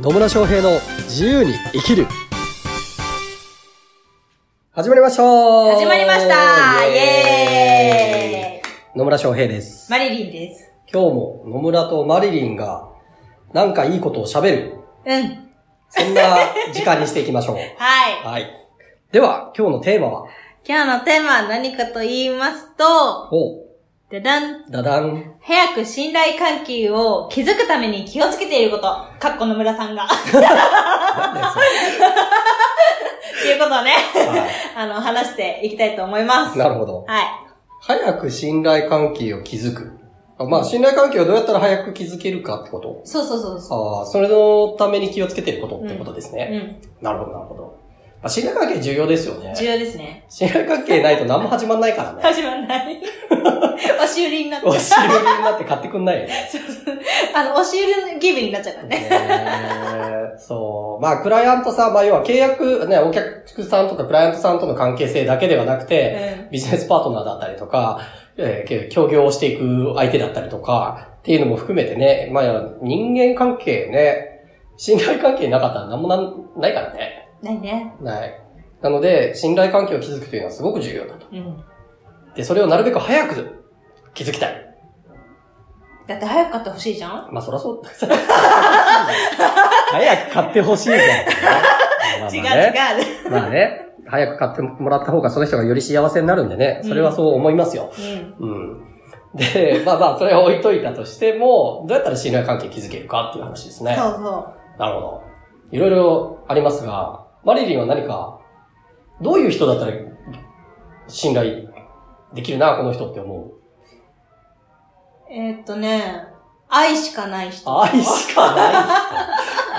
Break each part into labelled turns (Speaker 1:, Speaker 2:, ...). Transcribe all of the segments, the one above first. Speaker 1: 野村翔平の自由に生きる。始まりました始
Speaker 2: 始まりましたイ
Speaker 1: エーイ
Speaker 2: エーイ
Speaker 1: 野村翔平です。
Speaker 2: マリリンです。
Speaker 1: 今日も野村とマリリンがなんかいいことを喋る。
Speaker 2: うん。
Speaker 1: そんな時間にしていきまし ょう。
Speaker 2: はい。
Speaker 1: はい。では、今日のテーマは、
Speaker 2: 今日のテーマは何かと言いますと、
Speaker 1: おう、
Speaker 2: でだん、
Speaker 1: ダダ ン。
Speaker 2: 早く信頼関係を築くために気をつけていること。かっこ野村さんが。 っ
Speaker 1: なんだよそ
Speaker 2: ていうことをね、
Speaker 1: れは
Speaker 2: あの、話していきたいと思いま
Speaker 1: い
Speaker 2: す。
Speaker 1: なるほど。
Speaker 2: はい。
Speaker 1: 早く信頼関係を築く。あまあ、信頼関係をどうやったら早く築けるかってこと。
Speaker 2: そうそうそうそ
Speaker 1: ああ、それのために気をつけてることってことです
Speaker 2: う。う
Speaker 1: ね。
Speaker 2: ん。
Speaker 1: なるほど、なるほど。まあ、信頼関係重要ですよね
Speaker 2: 重。要ですね。
Speaker 1: 信頼関係ないと何も始まんないから ね。
Speaker 2: 始まんない。押し売りになっちゃう
Speaker 1: 押。し売りになって買ってくんないよね。
Speaker 2: あの、押し売りギブになっちゃうからね。
Speaker 1: ねえそう。まあ、クライアントさん、まあ、要は契約、ね、お客さんとかクライアントさんとの関係性だけではなくて、
Speaker 2: う
Speaker 1: ビジネスパートナーだったりとか、えー協業をしていく相手だったりとか、っていうのも含めてね、まあ、人間関係ね、信頼関係なかったら何もなんないからね。
Speaker 2: ん。ないね。
Speaker 1: ない。なので、信頼関係を築くというのはすごく重要だと。
Speaker 2: うん。
Speaker 1: で、それをなるべく早く築きたい。
Speaker 2: だって早く買ってほしいじゃん
Speaker 1: まあそら そう。早く買ってほしい じゃん。まあまあね
Speaker 2: 違う違う。
Speaker 1: まあね。早く買ってもらった方がその人がより幸せになるんでね。それはそう思いますよ。
Speaker 2: うん。
Speaker 1: うん。で、まあまあ、それは置いといたとしても、どうやったら信頼関係築けるかっていう話ですね。
Speaker 2: そうそ
Speaker 1: なるほど。いろいろありますが、マリリンは何か、どういう人だったら信頼できるな、この人って思う。
Speaker 2: う。えーっとね、愛しかない人。
Speaker 1: 愛しかない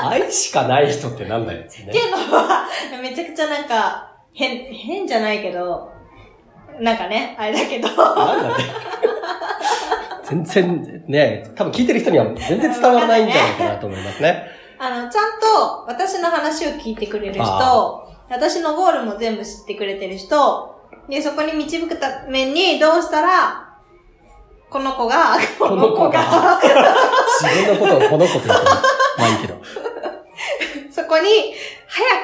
Speaker 1: 人。愛しかない人ってなんだよ、
Speaker 2: っ
Speaker 1: ね
Speaker 2: て。いうのは、めちゃくちゃなんか、変、変じゃないけど、なんかね、あれだけど。
Speaker 1: なんだね。全然ね、多分聞いてる人には全然伝わらないんじゃないかなと思いますね。
Speaker 2: あの、ちゃんと私の話を聞いてくれる人、私のゴールも全部知ってくれてる人、で、そこに導くためにどうしたら、この子が、
Speaker 1: この子が、自分のことをこの子と言ってる。まあいいけど。
Speaker 2: そこに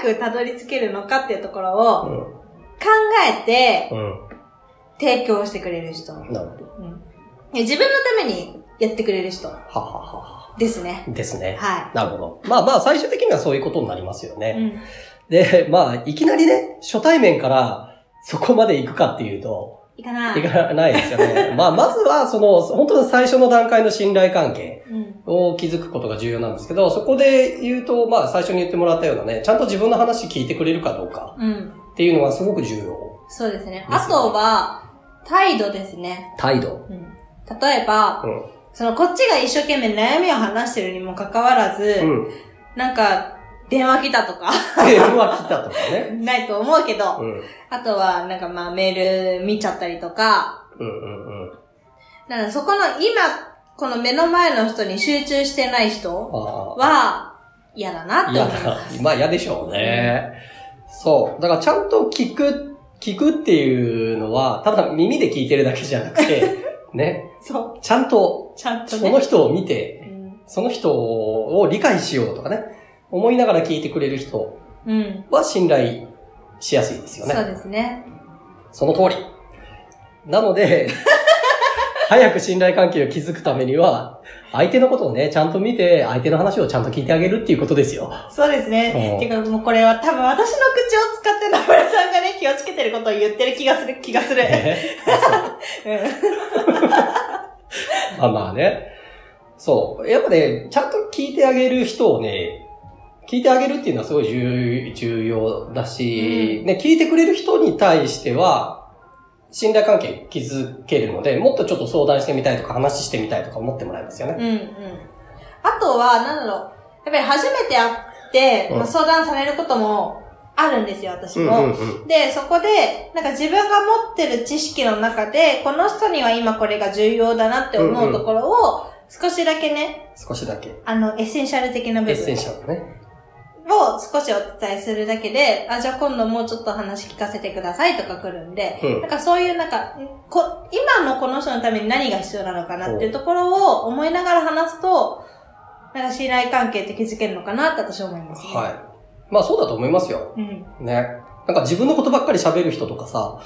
Speaker 2: 早くたどり着けるのかっていうところを
Speaker 1: う
Speaker 2: 考えて
Speaker 1: ん。
Speaker 2: 提供してくれる人。
Speaker 1: うん。なるほど。
Speaker 2: うん自分のためにやってくれる人
Speaker 1: はははは。
Speaker 2: ですね。
Speaker 1: ですね。
Speaker 2: は
Speaker 1: なるほど。まあまあ、最終的にはそういうことになりますよ
Speaker 2: い。う
Speaker 1: ね。
Speaker 2: ん。
Speaker 1: で、まあ、いきなりね、初対面からそこまで行くかっていうと、
Speaker 2: いいかな。
Speaker 1: いかないですよ ね。まあ、まずは、その、本当の最初の段階の信頼関係。
Speaker 2: うん。
Speaker 1: を築くことが重要なんですけど、そこで言うと、まあ最初に言ってもらったようなね、ちゃんと自分の話聞いてくれるかどうか
Speaker 2: うん。
Speaker 1: っていうのはすごく重要。
Speaker 2: そうですね。
Speaker 1: ですね
Speaker 2: あとは、態度ですね。
Speaker 1: 態度。
Speaker 2: うん。例えば、
Speaker 1: うん。
Speaker 2: そのこっちが一生懸命悩みを話してるにもかかわらず、
Speaker 1: うん。
Speaker 2: なんか、電話来たとか、
Speaker 1: 電話来たとかね。
Speaker 2: ないと思うけど、
Speaker 1: うん。
Speaker 2: あとは、なんかまあメール見ちゃったりとか、
Speaker 1: うんうんうん。
Speaker 2: なんかそこの今、この目の前の人に集中してない人
Speaker 1: あ
Speaker 2: は、嫌だな
Speaker 1: あ。
Speaker 2: って
Speaker 1: 嫌
Speaker 2: 思い
Speaker 1: だ
Speaker 2: ます。。
Speaker 1: まあ嫌でしょうね。そう。だからちゃんと聞く、聞くっていうのは、ただ耳で聞いてるだけじゃなく て、ね。
Speaker 2: そ
Speaker 1: ちゃんと、
Speaker 2: う、ちゃんと
Speaker 1: そ
Speaker 2: ね。
Speaker 1: の人を見て、
Speaker 2: うん
Speaker 1: その人を理解しようとかね。思いながら聞いてくれる人
Speaker 2: うん。
Speaker 1: は信頼しやすいですよ
Speaker 2: そう
Speaker 1: ね。
Speaker 2: ですね。
Speaker 1: その通り。なの で、早く信頼関係を築くためには、相手のことをね、ちゃんと見て、相手の話をちゃんと聞いてあげるっていうことです よ。
Speaker 2: そうですね。
Speaker 1: うん
Speaker 2: てか、もうこれは多分私の口を使って野村さんがね、気をつけてることを言ってる気がする、気がする。
Speaker 1: ね
Speaker 2: うん
Speaker 1: まあまあね。そう。やっぱね、ちゃんと聞いてあげる人をね、聞いてあげるっていうのはすごい重重要だし、
Speaker 2: う
Speaker 1: ね、聞いてくれる人に対しては、信頼関係築けるので、もっとちょっと相談してみたいとか話してみたいとか思ってもらえますよね。
Speaker 2: うんうん。あとは、なんだろう。やっぱり初めて会って、
Speaker 1: うん
Speaker 2: まあ、相談されることもあるんですよ、私も。
Speaker 1: うんうん
Speaker 2: で、そこで、なんか自分が持ってる知識の中で、この人には今これが重要だなって思うところを、少しだけね、
Speaker 1: 少しだけ。
Speaker 2: あの、エッセンシャル的な
Speaker 1: エ
Speaker 2: 部
Speaker 1: ッセ
Speaker 2: 分
Speaker 1: ンシャルね。
Speaker 2: を少しお伝えするだけで、あ、じゃあ今度もうちょっと話聞かせてくださいとか来るんで、
Speaker 1: うん
Speaker 2: なんかそういうなんか、んこ今のこの人のために何が必要なのかなっていうところを思いながら話すと、なんか信頼関係って築けるのかなって私は思います、ね。
Speaker 1: はい。まあそうだと思いますよ。
Speaker 2: い。うん。
Speaker 1: ね。なんか自分のことばっかり喋る人とかさ、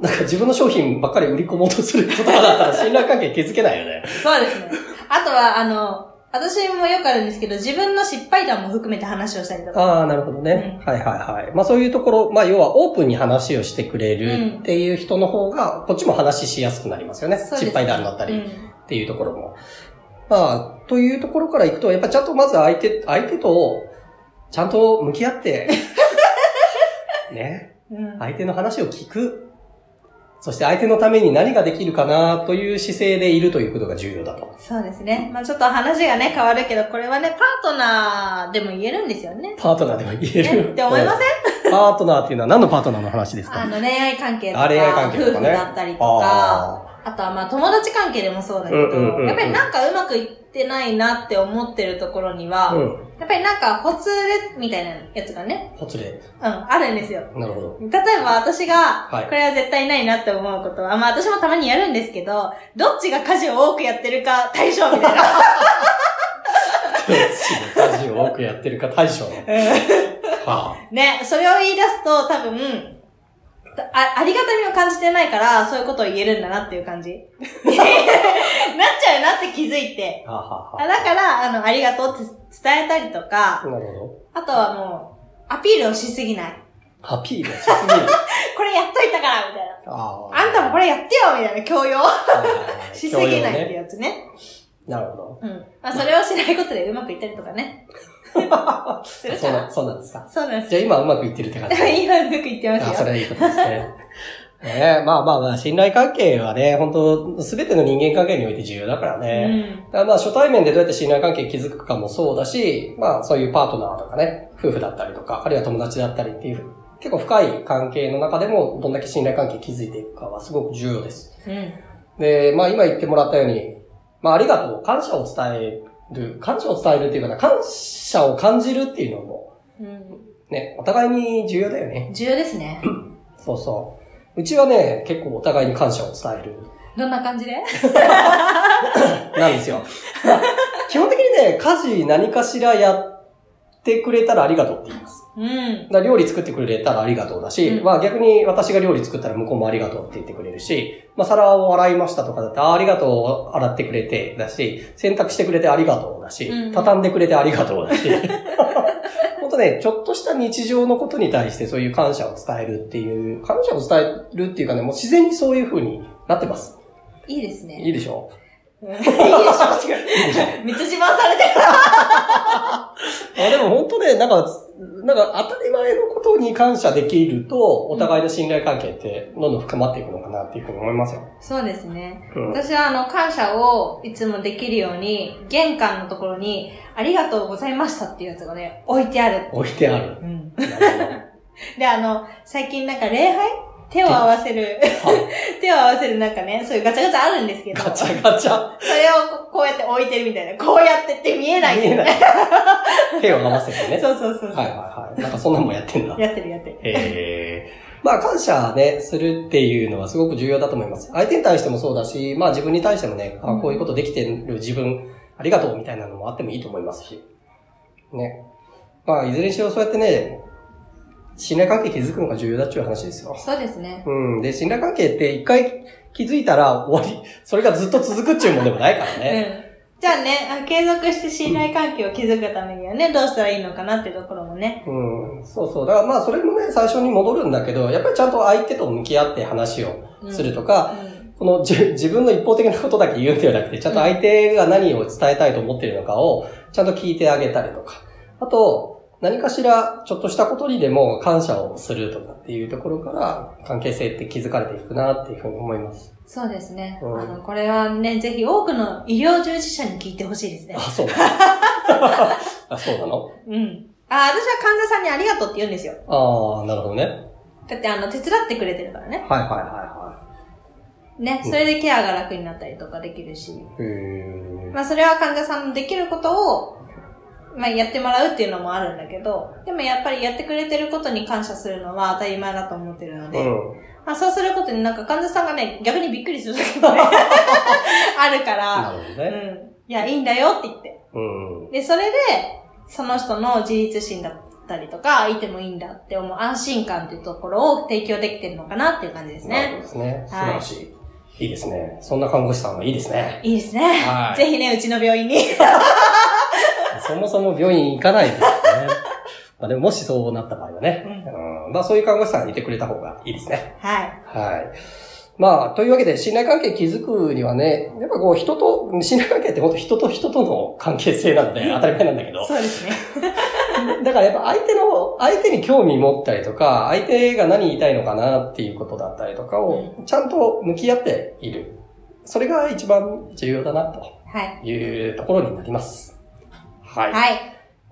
Speaker 1: なんか自分の商品ばっかり売り込もうとする人とかだったら信頼関係築けないよね。
Speaker 2: そうですね。あとは、あの、私もよくあるんですけど、自分の失敗談も含めて話をしたりとか。
Speaker 1: ああ、なるほどね。はいはいはい。まあそういうところ、まあ要はオープンに話をしてくれるっていう人の方が、こっちも話しやすくなりますよね。
Speaker 2: そうですね
Speaker 1: 失敗談だった
Speaker 2: う
Speaker 1: り
Speaker 2: ん。
Speaker 1: っていうところも。まあ、というところからいくと、やっぱちゃんとまず相手、相手と、ちゃんと向き合 って、ね。
Speaker 2: うん。
Speaker 1: 相手の話を聞く。そして相手のために何ができるかなという姿勢でいるということが重要だと。
Speaker 2: そうですね。まあちょっと話がね、変わるけど、これはね、パートナーでも言えるんですよね。
Speaker 1: パートナーでも言え
Speaker 2: ね
Speaker 1: る。
Speaker 2: って思いません
Speaker 1: んパートナーっていうのは何のパートナーの話です
Speaker 2: あ
Speaker 1: か
Speaker 2: の、恋愛関係とか、
Speaker 1: あ恋愛関係と
Speaker 2: 夫
Speaker 1: か
Speaker 2: 婦
Speaker 1: ね
Speaker 2: だったりとか、あとはまあ友達関係でもそうだけど、
Speaker 1: うんうんうんうん
Speaker 2: やっぱりなんかうまくいってないなって思ってるところには、
Speaker 1: ーうん。
Speaker 2: やっぱりなんかほつれみたいなやつがね、
Speaker 1: ほつれ。
Speaker 2: うん、あるんですよ。
Speaker 1: なる ほど。
Speaker 2: 例えば私が
Speaker 1: はい、
Speaker 2: これは絶対ないなって思うことは、まあ私もたまにやるんですけど、どっちが家事を多くやってるか対象みたいな。
Speaker 1: 家事を多くやってるか大 将。は
Speaker 2: ね、それを言い出すと多分、あありがたみを感じてないから、そういうことを言えるんだなっていう感じ。 なっちゃうなって気づいて。
Speaker 1: あ、はあはあ
Speaker 2: あだから、あの、ありがとうって伝えたりとか、
Speaker 1: なるほど。
Speaker 2: あとはもう、アピールをしすぎない。
Speaker 1: ハピーがしすぎる。
Speaker 2: これやっといたから、みたいな。
Speaker 1: あー
Speaker 2: あんたもこれやってよみたいな強要しすぎないって
Speaker 1: ね。
Speaker 2: やつね。
Speaker 1: なるほど。
Speaker 2: うん。まあ、それをしないことでうまくいったりと かね。する
Speaker 1: そ
Speaker 2: か
Speaker 1: うな
Speaker 2: な。
Speaker 1: そうなんですか。
Speaker 2: そうなんです
Speaker 1: じゃ
Speaker 2: よ。
Speaker 1: あ今うまくいってるって感じ
Speaker 2: 今うまくいってま
Speaker 1: あ、
Speaker 2: す
Speaker 1: そ
Speaker 2: よ。
Speaker 1: れはいいことですね。ねえ、まあまあまあ、信頼関係はね、本当すべての人間関係において重要だから
Speaker 2: う
Speaker 1: ね。
Speaker 2: ん。
Speaker 1: だからまあ、初対面でどうやって信頼関係築くかもそうだし、まあ、そういうパートナーとかね、夫婦だったりとか、あるいは友達だったりっていう、結構深い関係の中でも、どんだけ信頼関係築いていくかはすごく重要です。
Speaker 2: うん。
Speaker 1: で、まあ今言ってもらったように、まあありがとう、感謝を伝える、感謝を伝えるっていうかな、感謝を感じるっていうのも、
Speaker 2: う
Speaker 1: ね、お互いに重要だよね。
Speaker 2: ん、重要ですね。
Speaker 1: そうそう。うちはね、結構お互いに感謝を伝える。
Speaker 2: どんな感じで
Speaker 1: なんですよ。 基本的にね、家事何かしらやってくれたらありがとうって言います。
Speaker 2: うん。
Speaker 1: だから料理作ってくれたらありがとうだし、
Speaker 2: うん
Speaker 1: まあ逆に私が料理作ったら向こうもありがとうって言ってくれるし、まあ皿を洗いましたとかだって、あありがとう洗ってくれてだし、洗濯してくれてありがとうだし、
Speaker 2: うん
Speaker 1: 畳んでくれてありがとうだし。 ほんとね、ちょっとした日常のことに対してそういう感謝を伝えるっていう、感謝を伝えるっていうかね、もう自然にそういう風になってます。
Speaker 2: いいです
Speaker 1: い
Speaker 2: ね。
Speaker 1: いでしょ
Speaker 2: うんいいでし
Speaker 1: いいでしょ
Speaker 2: ょ。 めっちゃ自慢されてる。
Speaker 1: あでも本当ね、なんか、なんか当たり前のことに感謝できると、お互いの信頼関係ってどんどん深まっていくのかなっていうふうに思いますよ。
Speaker 2: そうですね。
Speaker 1: うん
Speaker 2: 私はあの、感謝をいつもできるように、玄関のところに、ありがとうございましたっていうやつがね、置いてある。
Speaker 1: 置いてある。
Speaker 2: うん。
Speaker 1: なる
Speaker 2: で、あの、最近なんか礼拝手を合わせる、
Speaker 1: ほどはい
Speaker 2: 手を合わせるなんかね、そういうガチャガチャあるんですけ ど、
Speaker 1: ガチャガチ ャ。
Speaker 2: それをこうやって置いてるみたいな、こうやってって見えない。
Speaker 1: 見えない。 手を合わせてね。
Speaker 2: そうそうそうそう、
Speaker 1: はいはいはい。なんかそんなんもやってんだ。
Speaker 2: やってるやってる。
Speaker 1: ええ まあ感謝ね、するっていうのはすごく重要だと思います。相手に対してもそうだし、まあ自分に対してもね、あこういうことできてる自分、ありがとうみたいなのもあってもいいと思いますし。ね。まあいずれにしろそうやってね、信頼関係築くのが重要だっていう話ですよ。
Speaker 2: そうですね。
Speaker 1: うん。で、信頼関係って一回気づいたら終わり、それがずっと続くっていうもんでもないから
Speaker 2: う
Speaker 1: ね。
Speaker 2: ん。じゃあね、あ継続して信頼関係を築くためにはね、どうしたらいいのかなってところもね。
Speaker 1: うん。そうそう。だからまあそれもね、最初に戻るんだけど、やっぱりちゃんと相手と向き合って話をするとか、
Speaker 2: うん。
Speaker 1: このじ ゅ自分の一方的なことだけ言うんではなくて、ちゃんと相手が何を伝えたいと思っているのかを、ちゃんと聞いてあげたりとか。あと、何かしら、ちょっとしたことにでも感謝をするとかっていうところから、関係性って築かれていくなっていうふうに思います。
Speaker 2: そうですね。
Speaker 1: うん
Speaker 2: あの、これはね、ぜひ多くの医療従事者に聞いてほしいですね
Speaker 1: あ、。そうなの あ、そうなの
Speaker 2: うん。あ、私は患者さんにありがとうって言うんですよ。
Speaker 1: ああ、なるほどね。はい
Speaker 2: だってあの、手伝ってくれてるからね。
Speaker 1: はいは
Speaker 2: ね、
Speaker 1: うん
Speaker 2: それでケアが楽になったりとかできるし。
Speaker 1: いはい。へ
Speaker 2: まあそれは患者さんのできることを、まあやってもらうっていうのもあるんだけど、でもやっぱりやってくれてることに感謝するのは当たり前だと思ってるの
Speaker 1: え。
Speaker 2: で、
Speaker 1: うん。
Speaker 2: まあそうすることになんか患者さんがね、 逆にびっくりする時もね、あるか
Speaker 1: な
Speaker 2: ら、
Speaker 1: るほど
Speaker 2: う
Speaker 1: ね。
Speaker 2: ん。いや、いいんだよって言って。
Speaker 1: うん。
Speaker 2: で、それで、その人の自立心だったりとか、いてもいいんだって思う安心感っていうところを提供できてるのかなっていう感じです
Speaker 1: そう
Speaker 2: ね。
Speaker 1: ですね。素
Speaker 2: はい
Speaker 1: 晴らしい。いいですね。そんな看護師さんはいいですね。
Speaker 2: いいですね。
Speaker 1: はい
Speaker 2: ぜひね、うちの病院に。
Speaker 1: そもそも病院行かないですね。 まあでも、もしそうなった場合はね。うん。まあそういう看護師さんがいてくれた方がいいですね。
Speaker 2: はい。
Speaker 1: はい。まあ、というわけで、信頼関係築くにはね、やっぱこう、人と、信頼関係って本当人と人との関係性なので、当たり前なんだけど。
Speaker 2: そうですね。
Speaker 1: だからやっぱ相手の、相手に興味持ったりとか、相手が何言いたいのかなっていうことだったりとかを、ちゃんと向き合っている。それが一番重要だな、と
Speaker 2: はい。
Speaker 1: いうところになります。はい。
Speaker 2: はい。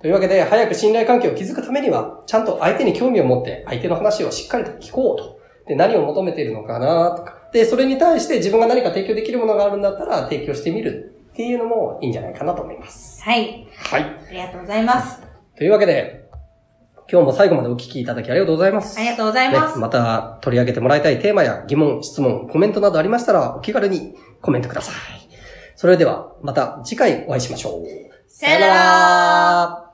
Speaker 1: というわけで、早く信頼関係を築くためには、ちゃんと相手に興味を持って、相手の話をしっかりと聞こうと。で、何を求めているのかな、とか。で、それに対して自分が何か提供できるものがあるんだったら、提供してみるっていうのもいいんじゃないかなと思います。
Speaker 2: はい。
Speaker 1: はい。
Speaker 2: ありがとうございます。
Speaker 1: というわけで、今日も最後までお聞きいただきありがとうございます。
Speaker 2: ありがとうございます。
Speaker 1: ねまた取り上げてもらいたいテーマや疑問、質問、コメントなどありましたら、お気軽にコメントください。それでは、また次回お会いしましょう。
Speaker 2: さよなら
Speaker 1: さよなら